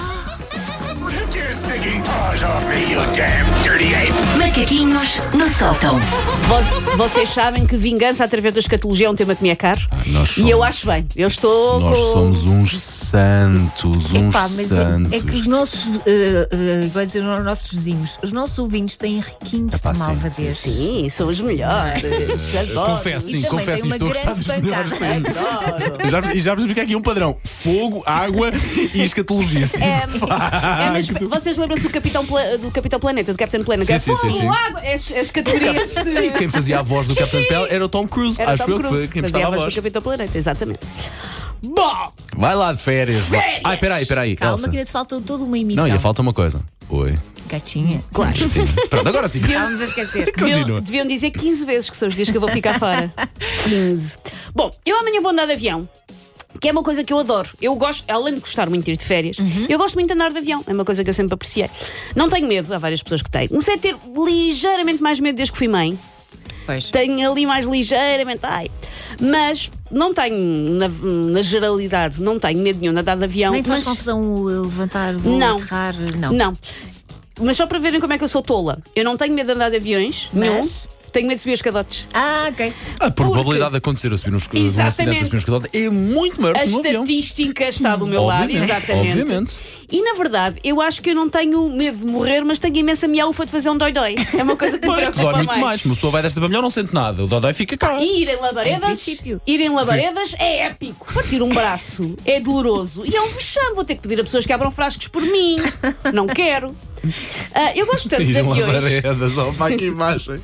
Take your stinking paws off me, you damn dirty ape! Macaquinhos no sótão. Vo- Vocês sabem que vingança através da escatologia é um tema que me é caro. nós e eu somos- acho bem. Eu estou. Nós com- somos uns santos, uns Epá, mas santos. é, é que os nossos, eh, eh, vou dizer, os nossos vizinhos, os nossos ouvintes têm requintes Epá, de sim, malvadez. Sim, são os melhores. Adoro. Confesso, E sim, também confesso, tem uma estou a gostar grande dos melhores pancada. sim. E já, e já percebi que há aqui um padrão: fogo, água e escatologia. Sim, de É, mas facto. vocês lembram-se do Capitão, Pla- do Capitão Planeta, do Capitão Planeta? Sim, É sim, sim, fogo, sim. água, as, as categorias de. Quem fazia a voz do Capitão Pell era o Tom Cruise. Era Acho Tom eu que foi Cruise, quem fazia prestava a é a voz voz. do Capitão Planeta, exatamente. Bom, Vai lá de férias. vá. Ai, peraí, peraí. Calma, Elsa. que ainda te falta toda uma emissão. Não, ia falta uma coisa. Oi. Gatinha. claro. Pronto, agora sim. Vamos a esquecer. Continua. Deviam, deviam dizer 15 vezes que são os dias que eu vou ficar fora. 15. Bom, eu amanhã vou andar de avião. Que é uma coisa que eu adoro. Eu gosto, além de gostar muito de ir de férias, Uhum. eu gosto muito de andar de avião. É uma coisa que eu sempre apreciei. Não tenho medo, há várias pessoas que têm. Comecei a ter ligeiramente mais medo desde que fui mãe. Pois. Tenho ali mais ligeiramente. Ai. Mas não tenho, na, na geralidade, não tenho medo nenhum de andar de avião. Nem te faz mas- confusão o levantar, vou Não. aterrar, não. não. Mas só para verem como é que eu sou tola. Eu não tenho medo de andar de aviões. nenhum. Mas? Tenho medo de subir os escadotes. Ah, ok. A probabilidade de acontecer a subir um escu- um acidente a subir um escadote é muito maior A do que um avião. estatística está do meu Obviamente, lado, exatamente. obviamente. E na verdade, eu acho que eu não tenho medo de morrer, mas tenho imensa miaufa de fazer um dói-dói. É uma coisa que me Pois, que dói preocupa muito mais. Uma pessoa vai desta para melhor, não sente nada. O Dodói fica cá. E ir em Em labaredas, princípio. ir em labaredas é épico. Partir um braço é doloroso e é um vexame. Vou ter que pedir a pessoas que abram frascos por mim. Não quero. Ah, eu gosto tanto de Tiram aviões. labaredas, ó, vai que imagem.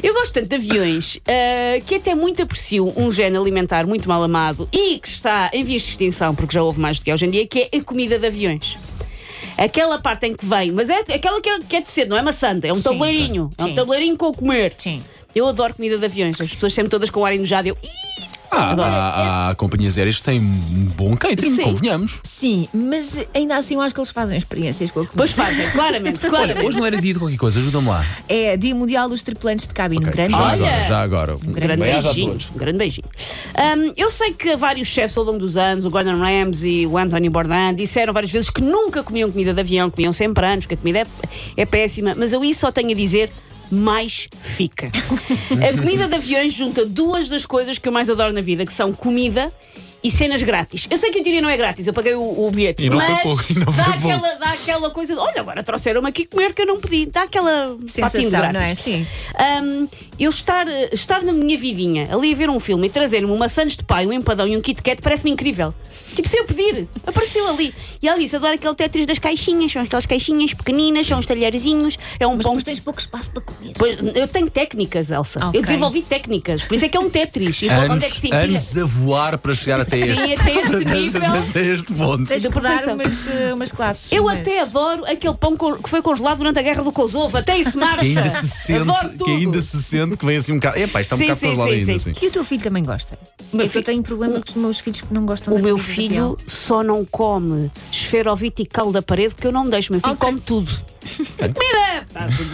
Eu gosto tanto de aviões ah, que até muito aprecio um género alimentar muito mal amado e que está em vias de extinção, porque já houve mais do que há hoje em dia, que é a comida de aviões. Aquela parte em que vem, mas é aquela que é, que é de cedo, não é maçante, é um Sim. tabuleirinho. É um Sim. tabuleirinho com o comer. Sim. Eu adoro comida de aviões, as pessoas sempre todas com ar enojado. Eu, Ah, há, há companhias aéreas que têm um bom catering, Sim. convenhamos. Sim, mas ainda assim eu acho que eles fazem experiências com a comida. pois fazem, claramente, Olha, claramente. hoje não era dia de qualquer coisa, ajuda-me lá. É Dia Mundial dos Tripulantes de Ok, Cabine. Ah, Grande. já Olha. agora, já agora. Um Um Grande beijo a beijinho, todos. um grande beijinho. Hum, eu sei que vários chefes ao longo dos anos, o Gordon Ramsay, o Anthony Bourdain, disseram várias vezes que nunca comiam comida de avião, comiam sempre antes, que a comida é, é péssima, mas eu isso só tenho a dizer. Mais fica. A comida de aviões junta duas das coisas que eu mais adoro na vida, que são comida e cenas grátis. Eu sei que o diria não é grátis, eu paguei o, o bilhete. E não mas foi pouco, e não dá, foi pouco. aquela, dá aquela coisa de, olha, agora trouxeram-me aqui comer que eu não pedi. Dá aquela patinho Sensação, grátis. não é? Sim. Hum, eu estar, estar na minha vidinha, ali a ver um filme e trazer-me uma Sandes de pai, um empadão e um Kit Kat parece-me incrível. Tipo, sem eu pedir, apareceu ali. E ela disse: adoro aquele Tetris das caixinhas, são aquelas caixinhas pequeninas, são os talherzinhos, é um Mas pão. depois tens pouco espaço para comer. Pois, eu tenho técnicas, Elsa. Ok. Eu desenvolvi técnicas, por isso é que é um Tetris. E onde é que Anos, se empilha? anos a voar para chegar até este, Sim, até este nível. até este ponto. Tens de que dar perfeição. umas, eh, umas classes. Eu mas- até adoro aquele pão con- que foi congelado durante a guerra do Kosovo, até isso marcha. Que ainda se Adoro sente, tudo. que ainda se sente que vem assim um bocado. Epá, está um Sim, bocado sim, congelado sim, ainda, sim. assim. E o teu filho também gosta? Meu é que eu filho- tenho problema com os meus filhos que não gostam O da meu comida de filho avião. só não come esferovite e caldo da parede porque eu não me deixo. Meu filho Ok. come tudo. A comida! Tá, tudo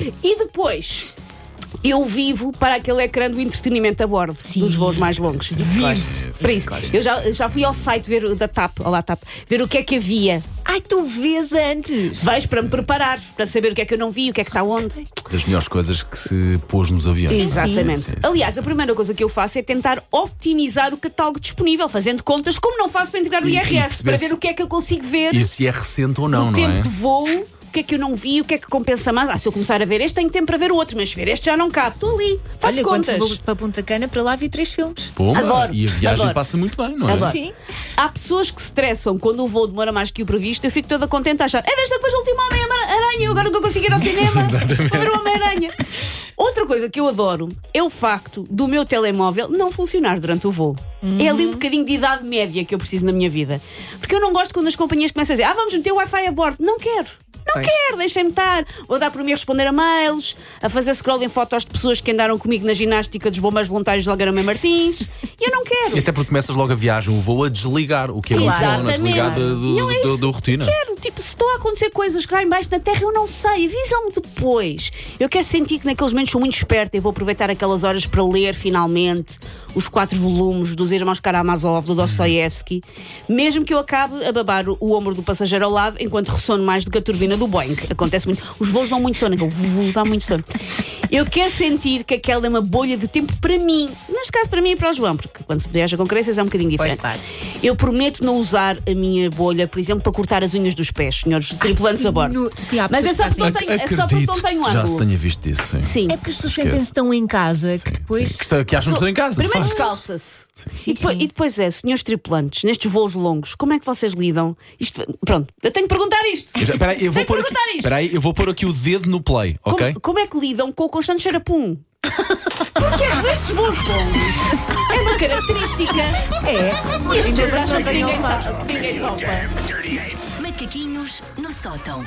bem. E depois. Eu vivo para aquele ecrã do entretenimento a bordo dos voos mais longos. gosto, Por isso, eu já, já fui ao site ver o- da TAP, olá TAP, ver o que é que havia. Ai, tu vês antes! Vais para me preparar, para saber o que é que eu não vi, o que é que está onde. Das melhores coisas que se pôs nos aviões. Exatamente. Sim, sim, sim. Aliás, a primeira coisa que eu faço é tentar optimizar o catálogo disponível, fazendo contas, como não faço para entrar no E- e IRS, para perceber se- ver o que é que eu consigo ver. E se é recente ou não, o não tempo é? de voo, o que é que eu não vi, o que é que compensa mais. Ah, se eu começar a ver este, tenho tempo para ver o outro, mas se ver este já não cabe. Estou ali, faço Olha, quando contas. fui para Punta Cana, para lá vi três filmes. Pomba, Adoro, e a viagem adoro. passa muito bem, não é? Adoro. Sim. Há pessoas que se estressam quando o voo demora mais que o previsto. Eu fico toda contente a achar, é desta depois a última Homem-Aranha, eu agora nunca consigo ir ao cinema para ver o Homem-Aranha. Outra coisa que eu adoro é o facto do meu telemóvel não funcionar durante o voo. É ali um bocadinho de idade média que eu preciso na minha vida. Porque eu não gosto quando as companhias começam a dizer, ah, vamos meter o Wi-Fi a bordo. Não quero. Não Pois. quero, deixem-me estar. Vou dar por mim a responder a mails, a fazer scroll em fotos de pessoas que andaram comigo na ginástica dos bombeiros voluntários de Algarama e Martins. E eu não quero. E até porque começas logo a viagem, o voo a desligar, o que é muito bom, a Exatamente. desligar do, do, E eu é do- isso do rotina. quero, tipo, se estão a acontecer coisas cá em baixo na Terra, eu não sei, avisa-me depois. Eu quero sentir que naqueles momentos sou muito esperta e vou aproveitar aquelas horas para ler finalmente os quatro volumes dos Irmãos Karamazov, do Dostoiévski, mesmo que eu acabe a babar o, o ombro do passageiro ao lado enquanto ressono mais do que a turbina do Boeing. Acontece muito. Os voos dão muito sono, aquele vu, vu, dá muito sono. Eu quero sentir que aquela é uma bolha de tempo para mim, neste caso para mim e para o João, porque quando se viaja com crianças é um bocadinho Pois, diferente. claro. Eu prometo não usar a minha bolha, por exemplo, para cortar as unhas dos pés, senhores tripulantes a bordo. Ah, no- sim, há Mas é só pessoas porque não que tenho, é só porque não tenho que já se ângulo. tenha visto isso, sim. Sim. É porque as pessoas Esquece. sentem-se tão em casa que Sim, depois. sim. Que, está- que acham que estão em casa. de Primeiro facto. descalça-se. Sim, E depois, sim. e depois é, senhores tripulantes, nestes voos longos, como é que vocês lidam? Isto- pronto, eu tenho que perguntar isto. Eu já- Espera aí, eu vou Tenho que pôr aqui. perguntar isto. Espera aí, eu vou pôr aqui o dedo no play, Como, ok? como é que lidam com o constante cheiro a pum? Porque é nestes voos longos é uma característica. É. E as pessoas Ainda bem que acham não que tenho ninguém olfato. fala, que ninguém You topa. damn dirty ape. Macaquinhos no sótão.